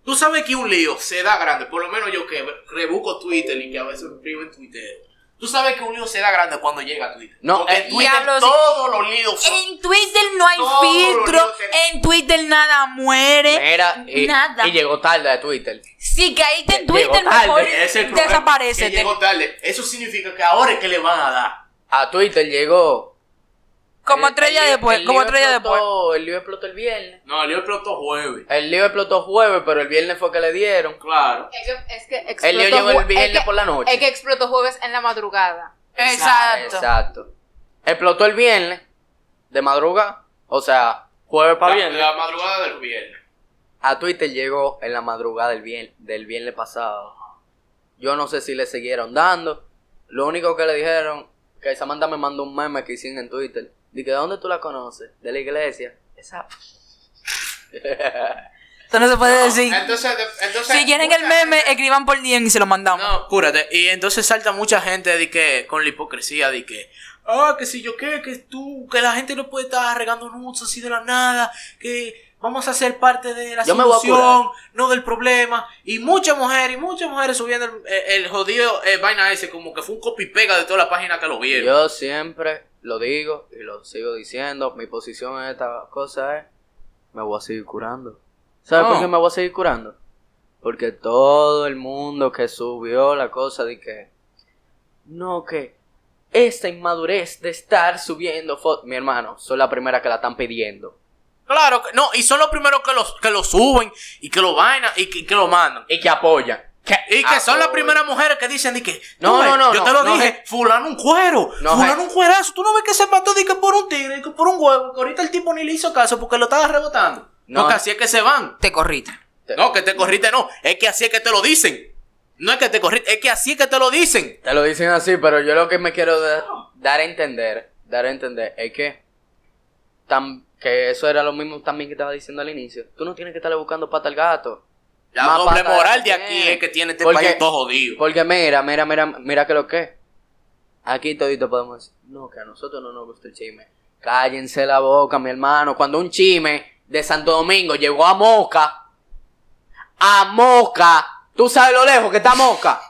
Tú sabes que un lío se da grande, por lo menos yo que rebuco Twitter y que a veces escribo en Twitter. Tú sabes que un lío se da grande cuando llega a Twitter. No, Porque eh, en Twitter diablo, sí. todos los líos son... En Twitter no hay Todo filtro, lo que- en Twitter nada muere. Mira, y, nada. y llegó tarde a Twitter. Si caíste en Llegó Twitter, tarde, mejor Ese es el problema, desaparece. que llegó tarde. Eso significa que ahora es que le van a dar. A Twitter llegó. Como El- tres el días lío- después, el como lío tres días después. explotó- El lío explotó el viernes. No, el lío explotó jueves. El lío explotó jueves, pero el viernes fue que le dieron. Claro. Es que, es que El lío explotó llegó el jue- viernes es que- por la noche. Es que explotó jueves en la madrugada. Exacto. Exacto. Explotó el viernes de madrugada. O sea, jueves para La, viernes. la madrugada del viernes. A Twitter llegó en la madrugada del, viernes del viernes pasado. Yo no sé si le siguieron dando. Lo único que le dijeron, que Samantha me mandó un meme que hicieron en Twitter. Dije, ¿de dónde tú la conoces? De la iglesia. Esa. Esto no se puede decir. Entonces, de- entonces si quieren el mucha meme, gente- escriban por DM y se lo mandamos. No, cúrate. Y entonces salta mucha gente de que, con la hipocresía de que, ah, que si yo qué, que tú, que la gente no puede estar regando nudes así de la nada, que vamos a ser parte de la Yo me voy a solución, no del problema. Y muchas mujeres, y muchas mujeres subiendo el, el jodido eh, vaina ese, como que fue un copy pega de toda la página que lo vieron. Yo siempre lo digo y lo sigo diciendo. Mi posición en esta cosa es, me voy a seguir curando. ¿Sabes No. por qué me voy a seguir curando? Porque todo el mundo que subió la cosa de que, no, que esta inmadurez de estar subiendo fotos, mi hermano, soy la primera que la están pidiendo. Claro, que- no, y son los primeros que los que lo suben y que lo vainan y que, que lo mandan. Y que apoyan. Y que son las Apoyan. primeras mujeres que dicen de que No, tú ves, no, no, Yo no, te lo no, dije, gente. fulano un cuero, No, fulano gente. un cuerazo. Tú no ves que se mató de que por un tigre, que por un huevo, que ahorita el tipo ni le hizo caso porque lo estaba rebotando. No. Porque así es que se van. Te corriste. Te- No, que te corriste, no. Es que así es que te lo dicen. No es que te corriste, es que así es que te lo dicen. Te lo dicen así, pero yo lo que me quiero da- dar a entender, dar a entender, es que, tam- que eso era lo mismo también que estaba diciendo al inicio. Tú no tienes que estarle buscando pata al gato. La Más doble pata moral de la aquí tiene. es que tiene este Porque- país todo jodido. Porque mira, mira, mira, mira que lo que es. Aquí todito podemos decir, no, que a nosotros no nos gusta el chisme. Cállense la boca, mi hermano. Cuando un chisme de Santo Domingo llegó a Moca, a Moca, tú sabes lo lejos que está Moca.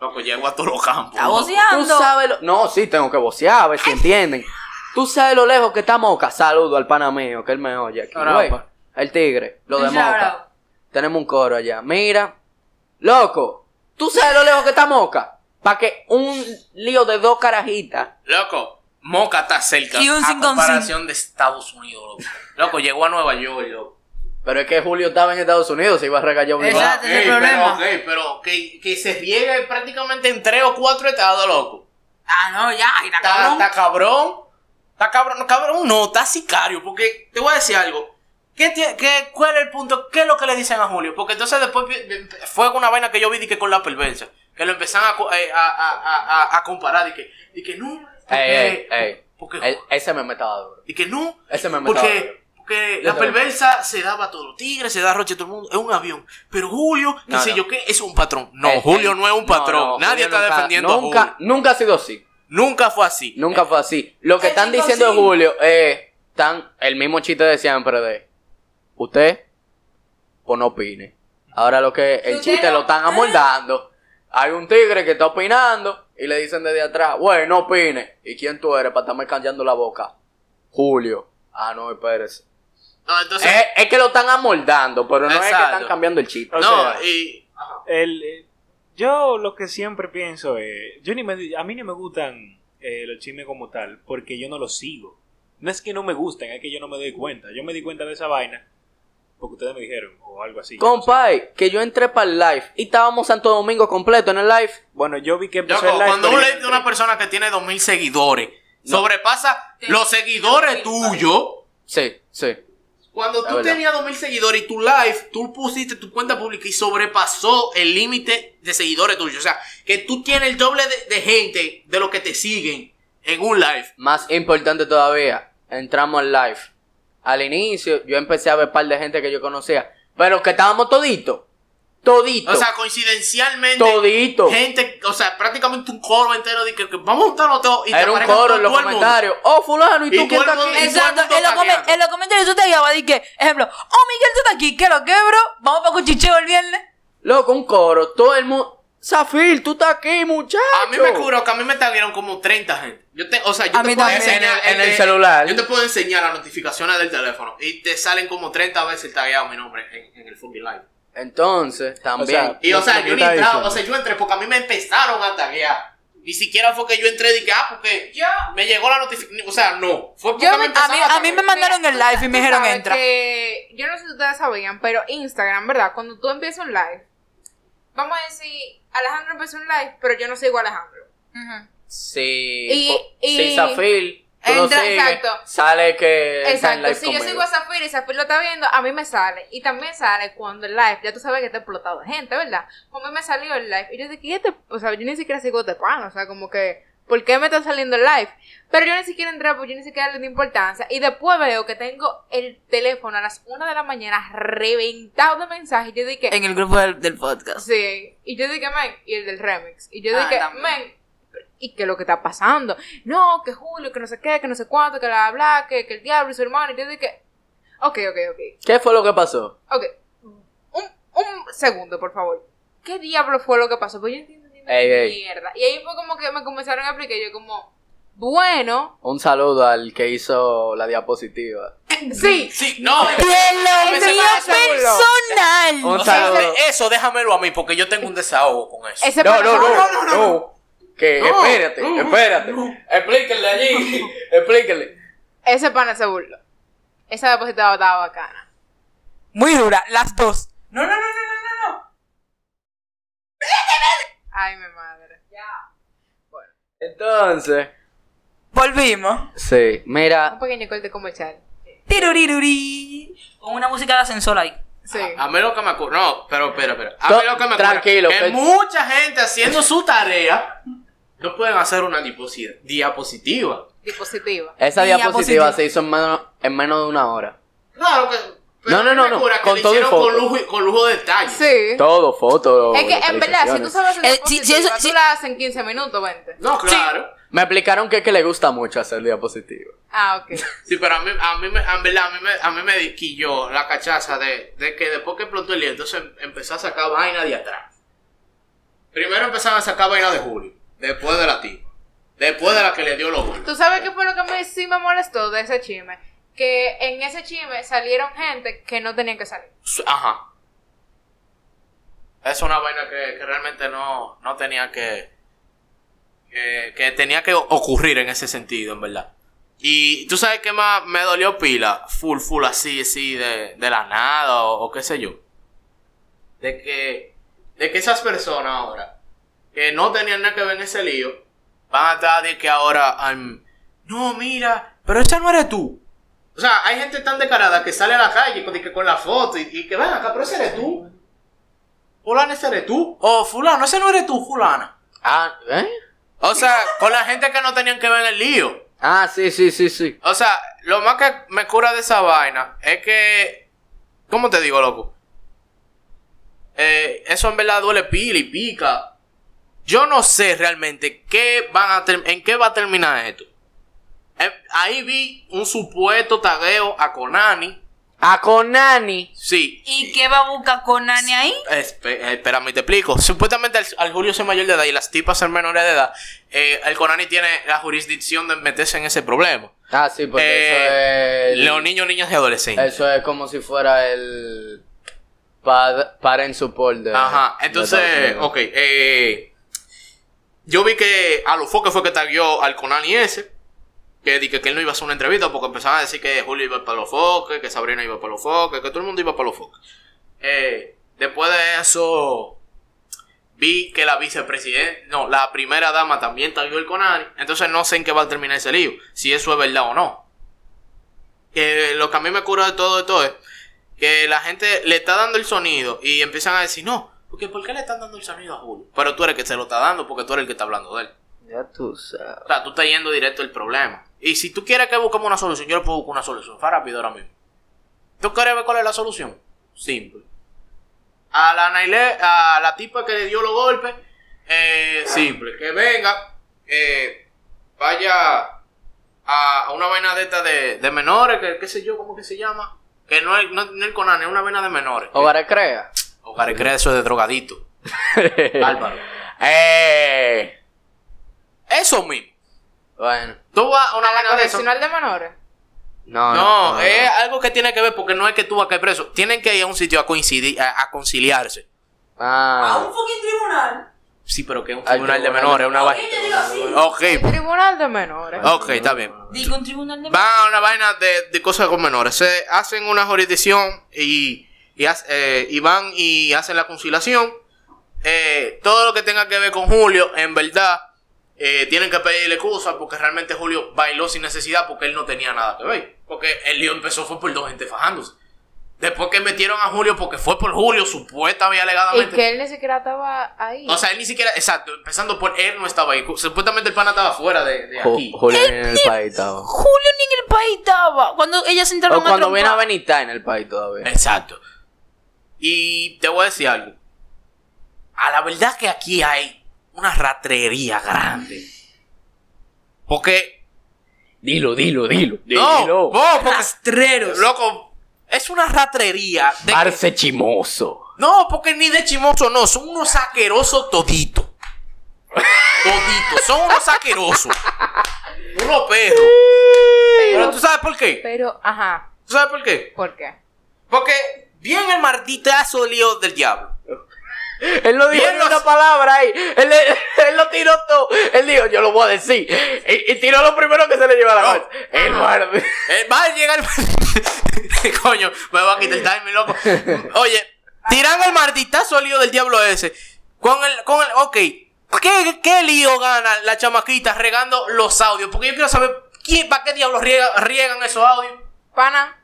Loco, llego a todos los campos. Está loco. Tú voceando. sabes lo- No, sí, tengo que vocear, a ver si entienden. Tú sabes lo lejos que está Moca. Saludo al pana mío, que él me oye aquí. Ahora, Güey, pa. el tigre, lo de Un shout out. Moca. Tenemos un coro allá. Mira, loco, tú sabes lo lejos que está Moca. Para que un lío de dos carajitas. Loco, Moca está cerca. Y un a sin con comparación de Estados Unidos, loco. Loco, llegó a Nueva York, loco. Pero es que Julio estaba en Estados Unidos, se iba a regallar un Exacto. Ok, ese es el problema. Ah, Pero, ok, pero que, que se riega prácticamente en tres o cuatro estados, loco. Ah, no, ya, y la Está cabrón. está cabrón. Está cabrón. No, cabrón no, está sicario. Porque te voy a decir algo. ¿Qué tie- qué- ¿Cuál es el punto? ¿Qué es lo que le dicen a Julio? Porque entonces después vi- fue una vaina que yo vi de que con la perversa. Que lo empezaron a, co- eh, a, a, a- a- a comparar. Y que, y que no. Ey, ey, porque- ey. porque- El- ese me estaba duro. y que no. Ese me mataba. Porque, porque Yo la también. perversa se daba a todos los tigres, se da a Roche a todo el mundo. Es un avión. Pero Julio, qué No, sé no. yo qué, es un patrón. No, El- Julio el- no es un patrón. no, no, Julio Nadie está nunca- defendiendo a nunca, Julio. nunca ha sido así. Nunca fue así. Nunca fue así. Lo que El están chico diciendo de sí. Julio es tan el mismo chiste de siempre de usted pues no opine. Ahora lo que el Usted chiste no- lo están amoldando. Hay un tigre que está opinando y le dicen desde atrás, "Güey, no opine." ¿Y quién tú eres para estarme callando la boca? Julio. Ah, no, espérese. No, entonces. es, es que lo están amoldando, pero no es que Exacto. están cambiando el chiste. o no, sea, y. El, eh, yo lo que siempre pienso es, yo ni me- a mí no me gustan eh, los chismes como tal, porque yo no los sigo. No es que no me gusten, es que yo no me doy cuenta. Yo me di cuenta de esa vaina porque ustedes me dijeron, o algo así. Compay, que yo entré para el live y estábamos Santo Domingo completo en el live. Bueno, yo vi que empezó Loco, el live, cuando pero uno yo le no dice a una entré. persona que tiene 2000 seguidores, sobrepasa Sí. los seguidores Sí. tuyos. Sí, sí. Cuando La tú verdad. tenías 2000 seguidores y tu live, tú pusiste tu cuenta pública y sobrepasó el límite de seguidores tuyos. O sea, que tú tienes el doble de, de gente de lo que te siguen en un live. Más importante todavía, entramos al live. Al inicio, yo empecé a ver par de gente que yo conocía, pero que estábamos toditos. Toditos. O sea, coincidencialmente. Todito. Gente, o sea, prácticamente un coro entero de que, que vamos a juntarnos todos y te Era un aparecen coro en todo- los todo el mundo. comentarios. Oh, fulano, ¿y Y tú quién todo el está mundo- aquí? y todo el Exacto, mundo en los, comen- tagueando. en los comentarios tú te guiabas, di que, ejemplo, oh Miguel, tú estás aquí, ¿qué lo que, bro? Vamos para cuchicheo el viernes. Loco, un coro. Todo el mundo. Zafir, tú estás aquí, muchacho. A mí me curó que a mí me taguearon como 30 gente. Yo te, o sea, yo A te mí puedo también. enseñar En el- en el celular. Yo te puedo enseñar las notificaciones del teléfono y te salen como 30 veces el tagueado mi nombre en, en el fucking live. Entonces, también. sea, Y o Lo que sea, yo yo ni estaba entraba, diciendo. o sea, yo entré porque a mí me empezaron a taguear. Ni siquiera fue que yo entré y dije, ah, porque Yo- me llegó la notificación. O sea, no. Fue porque Yo me me- a empezaron A mí, a a mí me taguear. mandaron el live y me Tú dijeron sabes entra. que- yo no sé si ustedes sabían, pero Instagram, ¿verdad? Cuando tú empiezas un live, vamos a decir, Alejandro empezó un live, pero yo no sigo a Alejandro. Ujú. Si, Y- po- y- si Zafir. Tú lo Entra- sigues, exacto. Sale que. está en Exacto, live si yo conmigo. sigo a Zafir y Zafir lo está viendo, a mí me sale. Y también sale cuando el live, ya tú sabes que está explotado de gente, ¿verdad? Como a mí me salió el live. Y yo dije, ¿y este? O sea, yo ni siquiera sigo de pan, o sea, como que, ¿por qué me está saliendo el live? Pero yo ni siquiera entré, pues yo ni siquiera le di importancia. Y después veo que tengo el teléfono a las 1 de la mañana reventado de mensajes. Y yo dije, En el grupo del, del podcast. Sí, y yo dije, men, y el del remix. Y yo Ah, dije, también. men, ¿y qué es lo que está pasando? No, que Julio, que no sé qué, que no sé cuánto, que la bla, que, que el diablo y su hermano. Y yo dije, ok, ok, ok, ¿Qué fue lo que pasó? ok. Un, un segundo, por favor. ¿Qué diablo fue lo que pasó? Pues yo entiendo ni Ey, ey. mierda. Y ahí fue como que me comenzaron a explicar. y Yo, como, bueno, Un saludo al que hizo la diapositiva. sí. Sí, no. De lo Ese mío pasa, boludo. Un personal. O sea, saludo. eso déjamelo a mí porque yo tengo un desahogo con eso. Ese No, pana- no, no, no, no, Que espérate, espérate. Explíquenle allí. explíquenle. Ese pana se burló. Esa depositada estaba bacana. Muy dura, las dos. No, no, no, no, no, no, no. Ay, mi madre. Entonces. Volvimos. Sí, Un mira. pequeño corte comercial. Tiruriruri. Con una música de ascensor ahí. Sí. Ah, A mí lo que me acuerdo. No, pero, pero, pero. A No, mí lo que me acuerdo. tranquilo, Que que- mucha gente haciendo su tarea no pueden hacer una diaposi- diapositiva. ah. Dispositiva. Esa Mía diapositiva positiva. se hizo en menos, en menos de una hora. Claro que. No, no, no, me no, acuerdo que con le todo y hicieron con foto. lujo, y- con lujo de detalle. Sí. Todo, fotos. Es que en verdad, si tú sabes hacer Eh, si- si eso- diapositiva, si- tú la haces en 15 minutos, 20. No, claro. Me explicaron que, que le gusta mucho hacer diapositivas. Ah, ok. Sí, pero a mí, a mí, me- en verdad, a mí me, a mí me disquilló la cachaza de, de que después que explotó el lío, entonces em- empezó a sacar vaina de atrás. Primero empezaron a sacar vaina de Julio, después de la tipa. Después de la que le dio los golpes. ¿Tú sabes qué fue lo que me, sí me molestó de ese chisme? Que en ese chisme salieron gente que no tenían que salir. Su- Ajá. Es una vaina que, que realmente no, no tenía que, que. que tenía que ocurrir en ese sentido, en verdad. Y tú sabes qué más me dolió pila, full, full, así, así, de, de la nada o, o qué sé yo. De que, de que esas personas ahora, que no tenían nada que ver en ese lío, van a estar de que ahora, am, no, mira, pero esa no eres tú. O sea, hay gente tan descarada que sale a la calle con, de que con la foto y, y que ven acá, pero ese eres tú. Fulano, ese eres tú. O fulano, ese no eres tú, fulana. Ah, ¿eh? O sea, con la gente que no tenían que ver en el lío. Ah, sí, sí, sí, sí. O sea, lo más que me cura de esa vaina es que... ¿Cómo te digo, loco? Eh, eso en verdad duele pila y pica. Yo no sé realmente qué van a ter- en qué va a terminar esto. Eh, ahí vi un supuesto tagueo a Konami. A Conani. Sí, ¿Y qué va a buscar Conani ahí? Espe- eh, espérame, te explico. Supuestamente al, al Julio ser mayor de edad y las tipas ser menores de edad, eh, el Conani tiene la jurisdicción de meterse en ese problema. Ah, sí, porque Eh, eso es. Los niños, niñas y adolescentes. Eso es como si fuera el. Pad, parent support de. Ajá, de Estados entonces, Unidos. ok. eh, yo vi que a los que fue que taguió al Conani ese. Que dije que él no iba a hacer una entrevista porque empezaban a decir que Julio iba para los foques, que Sabrina iba para los foques, que todo el mundo iba para los foques. Eh, después de eso, vi que la vicepresidenta, no, la primera dama también taguió el Conani. Entonces no sé en qué va a terminar ese lío, si eso es verdad o no. Que lo que a mí me cura de todo esto es que la gente le está dando el sonido y empiezan a decir, no, porque ¿por qué le están dando el sonido a Julio? Pero tú eres el que se lo está dando porque tú eres el que está hablando de él. Ya tú sabes. O sea, tú estás yendo directo al problema. Y si tú quieres que busquemos una solución, yo le puedo buscar una solución. Fue rápido ahora mismo. ¿Tú quieres ver cuál es la solución? Simple. A la Nailé, a la tipa que le dio los golpes, eh, simple. Que venga, eh, vaya a, a una vaina de esta de, de menores, que qué sé yo, ¿cómo que se llama? Que no es, no, no es Conan, es una vaina de menores. Ahora crea. Hogar crea eso de drogadito. Álvaro. ¡Eh! Eso mismo. Bueno. Tú vas a una La vaina de eso. correccional de menores. No, eh. No, es algo que tiene que ver porque no es que tú vas a caer preso. Tienen que ir a un sitio a coincidir, a, a conciliarse. Ah. fucking tribunal. Sí, pero que es un Ay, tribunal de tribunal menores, una de vaina. Ok, El tribunal de menores. ok, está bien. Digo un tribunal de Van a una vaina de, de cosas con menores. Se hacen una jurisdicción y, y, hace- eh, y van y hacen la conciliación. Eh, todo lo que tenga que ver con Julio, en verdad, eh, tienen que pedirle excusa porque realmente Julio bailó sin necesidad porque él no tenía nada que ver. Porque el lío empezó fue por dos gente fajándose. Después que metieron a Julio porque fue por Julio, supuesta y Y alegadamente. que él ni siquiera estaba ahí. O sea, él ni siquiera, exacto, empezando por él no estaba ahí. Supuestamente el pana estaba fuera de, de Ju- aquí. Julio viene en el país estaba. O Julio ni en el país estaba. Cuando ellas entraron a cuando viene a trompar. venir está en el país todavía. Exacto. Y te voy a decir algo. A la verdad que aquí hay una ratrería grande. Porque. Dilo, dilo, dilo. No, Dilo. no, porque Loco, es una ratrería. de que- Parce chimoso. no, porque ni de chimoso no, son unos asquerosos toditos. Toditos, son unos asquerosos. Unos perros. Pero pero, tú sabes por qué. pero, ajá, ¿Tú sabes por qué? ¿por qué? Porque bien el malditazo lío del diablo. Él lo dijo Bien en los- una palabra ahí. Él, él lo tiró todo. Él dijo, yo lo voy a decir. Y, y tiró lo primero que se le lleva a la No. mano. El martes. Eh, va a llegar el... Coño, me va a quitar el time, loco. Oye, tiran el malditazo lío del diablo ese. Con el... Con el ok. ¿Qué, qué lío gana la chamaquita regando los audios? Porque yo quiero saber quién, para qué diablos riega- riegan esos audios. Pana,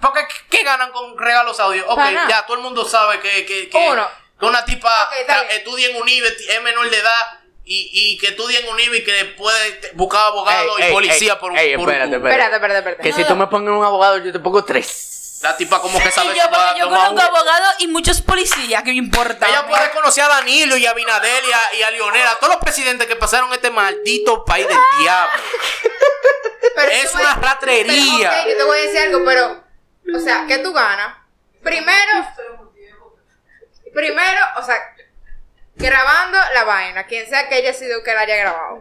Porque, ¿qué ganan con regalos los audios? Ok, Para nada. ya, todo el mundo sabe que, que, que, Uno. que una tipa Ok, está tra- bien. estudia en UNIBE, ti- es menor de edad, y, y que estudia en UNIBE y que puede te- buscar abogado Ey, y ey, policía ey, por un... ey, por un espérate, tubo. espérate, espérate, espérate. Que si tú me pones un abogado, yo te pongo tres. La tipa como que sabe Y yo, si va a porque yo tomar conozco un- abogados y muchos policías, que me importa. Ella puede conocer a Danilo y a Binader y a, y a Lionel, a todos los presidentes que pasaron este maldito país del diablo. Pero Es tú me- una ratrería. Pero, ok, yo te voy a decir algo, pero, o sea, ¿qué tú ganas? Primero, primero, o sea, grabando la vaina, quien sea que haya sido que la haya grabado.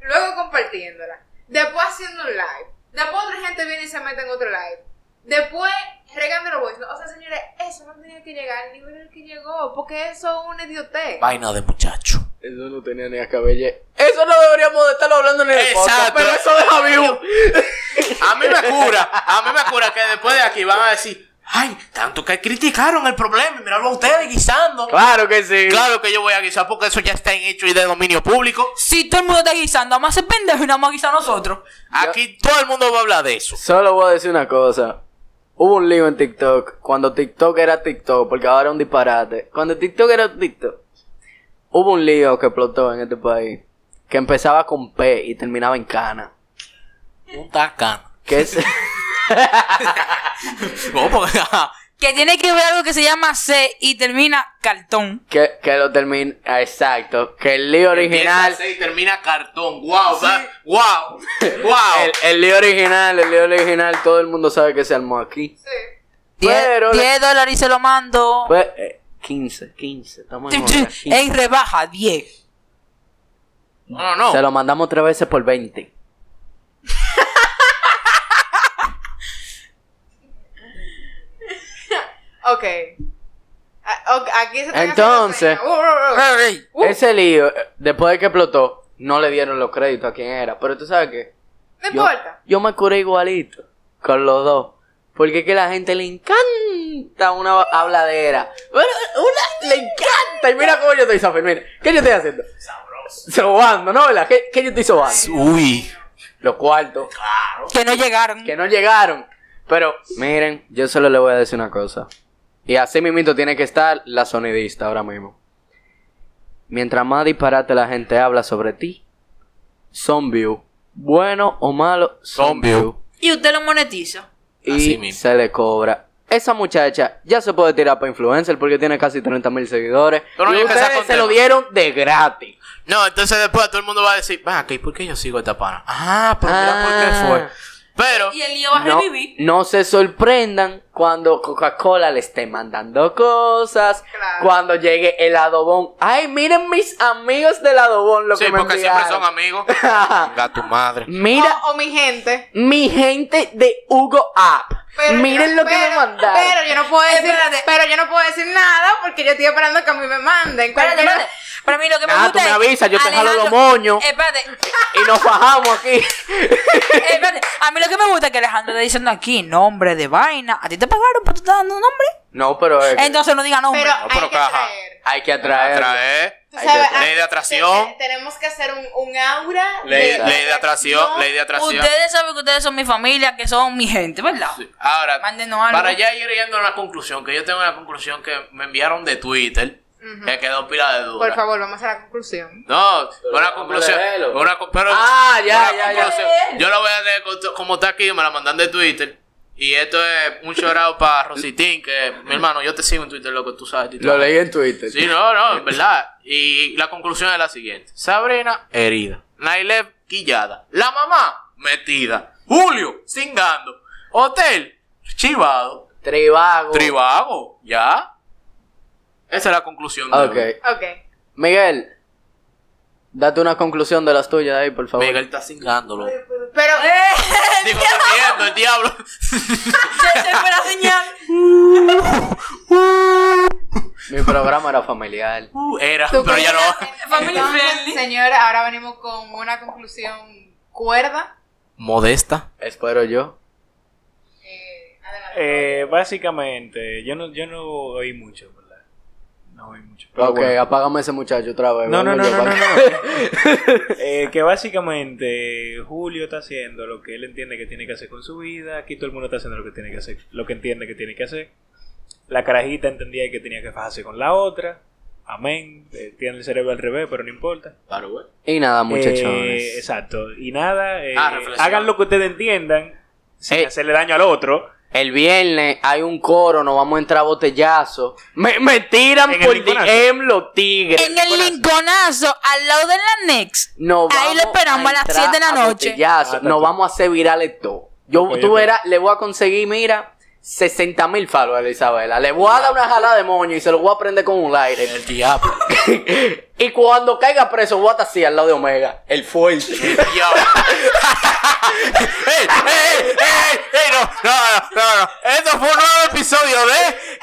luego compartiéndola, después haciendo un live, después otra gente viene y se mete en otro live, después regándolo voice. note. O sea, señores, eso no tenía que llegar al nivel al que llegó, porque eso es una idiotez. Vaina de muchacho. Eso no tenía ni a cabello. Eso no deberíamos de estarlo hablando en el podcast, Exacto. pero eso deja vivo. A mí me cura, a mí me cura que después de aquí van a decir, ay, tanto que criticaron el problema, y míralo a ustedes guisando. Claro que sí. Claro que yo voy a guisar porque eso ya está en hecho y de dominio público. Si todo el mundo está guisando, vamos a ser pendejos y no vamos a guisar nosotros. Aquí todo el mundo va a hablar de eso. Solo voy a decir una cosa. Hubo un lío en TikTok cuando TikTok era TikTok, porque ahora es un disparate. Cuando TikTok era TikTok, hubo un lío que explotó en este país, que empezaba con P y terminaba en cana. Un tacán. Que es... No, porque, ajá. Que tiene que ver algo que se llama C y termina cartón. Que, que lo termina. Exacto. Que el lío original. Empieza así y termina cartón. Wow, va- wow, wow. El, el lío original, el lío original, todo el mundo sabe que se armó aquí. Sí. 10 Pero- dólares y se lo mando. Pues, eh, 15, 15, estamos en, Chin, chin, otra, 15. En rebaja, 10. No, no, Se no. lo mandamos tres veces por 20. Ok. A- ok, Aquí se están haciendo Entonces- señas. Uh, uh, uh. Uh. Ese lío, eh, después de que explotó, no le dieron los créditos a quien era. Pero tú sabes qué? No Yo, importa. yo me curé igualito con los dos. Porque es que la gente le encanta una ba- habladera. Bueno, una le encanta. Y mira cómo yo estoy Safer, mira. ¿Qué yo estoy haciendo? Sabroso. Sobando, ¿no? ¿Verdad? ¿Qué, qué yo estoy sobando? Uy. Los cuartos. Que no llegaron. que no llegaron. Pero miren, yo solo le voy a decir una cosa. Y así mismito tiene que estar la sonidista ahora mismo. Mientras más disparate la gente habla sobre ti, son view. Bueno o malo, son Son view. view. Y usted lo monetiza. Así Y mismo. se le cobra. Esa muchacha ya se puede tirar para influencer porque tiene casi 30 mil seguidores. Pero no y hay que empezar ustedes con se lo tema. dieron de gratis. No, entonces después todo el mundo va a decir, va, ¿y por qué yo sigo a esta pana? Ah, pero Ah. mira por qué fue. Pero, Y el lío va a no, revivir. no se sorprendan cuando Coca-Cola le esté mandando cosas. Claro. Cuando llegue el adobón. Ay, miren mis amigos del adobón lo sí, que me porque siempre son enviaron. amigos. A tu madre. Mira, O, o mi gente. mi gente de Hugo App. Pero miren yo- lo que me pero- mandaron. Pero yo no puedo decir, Espérate. pero yo no puedo decir nada porque yo estoy esperando que a mí me manden. Espérate, Cualquiera- espérate. Para mí lo que me Nada, gusta tú me es- avisas, yo te jalo los Alejandro- eh, moños. Espérate. Y nos bajamos aquí. Eh, espérate, a mí lo que me gusta es que Alejandro está diciendo aquí nombre de vaina. ¿A ti te pagaron para tú estar dando nombre? no, pero eh, es que Entonces no diga nombre. Pero No, pero hay que caja. traer. hay que atraer. Atraer. Tú sabes, Ley hay- de atracción. te- te- tenemos que hacer un, un aura. Ley, ley de atracción, ley de atracción. ustedes saben que ustedes son mi familia, que son mi gente, ¿verdad? Ahora, Mándenos algo. para ya ir llegando a una conclusión, que yo tengo una conclusión que me enviaron de Twitter, que quedó pila de duda. Por favor, vamos a la conclusión. No, una hombre, conclusión. déjelo. Una, co- pero, Ah, ya, una ya, ya. conclusión. Yo la voy a leer con- como está aquí, me la mandan de Twitter. Y esto es un chorado para Rositín, que mi hermano, yo te sigo en Twitter, loco, tú sabes. Lo leí en Twitter. Sí, no, no, en verdad. Y la conclusión es la siguiente: Sabrina, herida. Nailev, quillada. La mamá, metida. Julio, cingando. Hotel, chivado. Tribago. Tribago, ¿ya? Esa es la conclusión. de Ok. hoy. Ok. Miguel, date una conclusión de las tuyas ahí, por favor. Miguel está cingándolo. Pero, Eh. Digo, durmiendo, el diablo. Se, se fue la señal. Mi programa era familiar. Uh, era, ¿tú pero ya no. crees- Family Entonces, friendly. Señora, ahora venimos con una conclusión cuerda. Modesta. Espero yo. Eh, adelante. Eh, básicamente, yo no, yo no oí mucho, ¿verdad? No oí mucho. pero ok, bueno. apágame ese muchacho otra vez. No, no, Vengo no, yo no, no, para acá. no. Eh, que básicamente Julio está haciendo lo que él entiende que tiene que hacer con su vida. Aquí todo el mundo está haciendo lo que tiene que hacer, lo que entiende que tiene que hacer. La carajita entendía que tenía que fajarse con la otra. Amén. Eh, tiene el cerebro al revés, pero no importa. Claro, güey. Y nada, muchachones. Eh, exacto. Y nada, eh, Ah, reflexión. hagan lo que ustedes entiendan sin Eh. hacerle daño al otro. El viernes hay un coro, nos vamos a entrar a botellazo. Me, me tiran ¿En el por Lincolnazo? DM los tigres. En el linconazo, al lado de la Next. Nos Ahí lo vamos esperamos a las entrar 7 de la a noche. botellazo. Ah, está nos tú. vamos a hacer virales todo. Yo, Ok, tú ok. verás, le voy a conseguir, mira, 60 mil falos a la Isabela. Le voy a dar una jalada de moño y se lo voy a prender con un lighter. El diablo. y cuando caiga preso, voy a estar así al lado de Omega. El fuerte. El diablo. ¡Ey, ey, ey, ey! ey, No, no, no, no, no. Esto fue un nuevo episodio de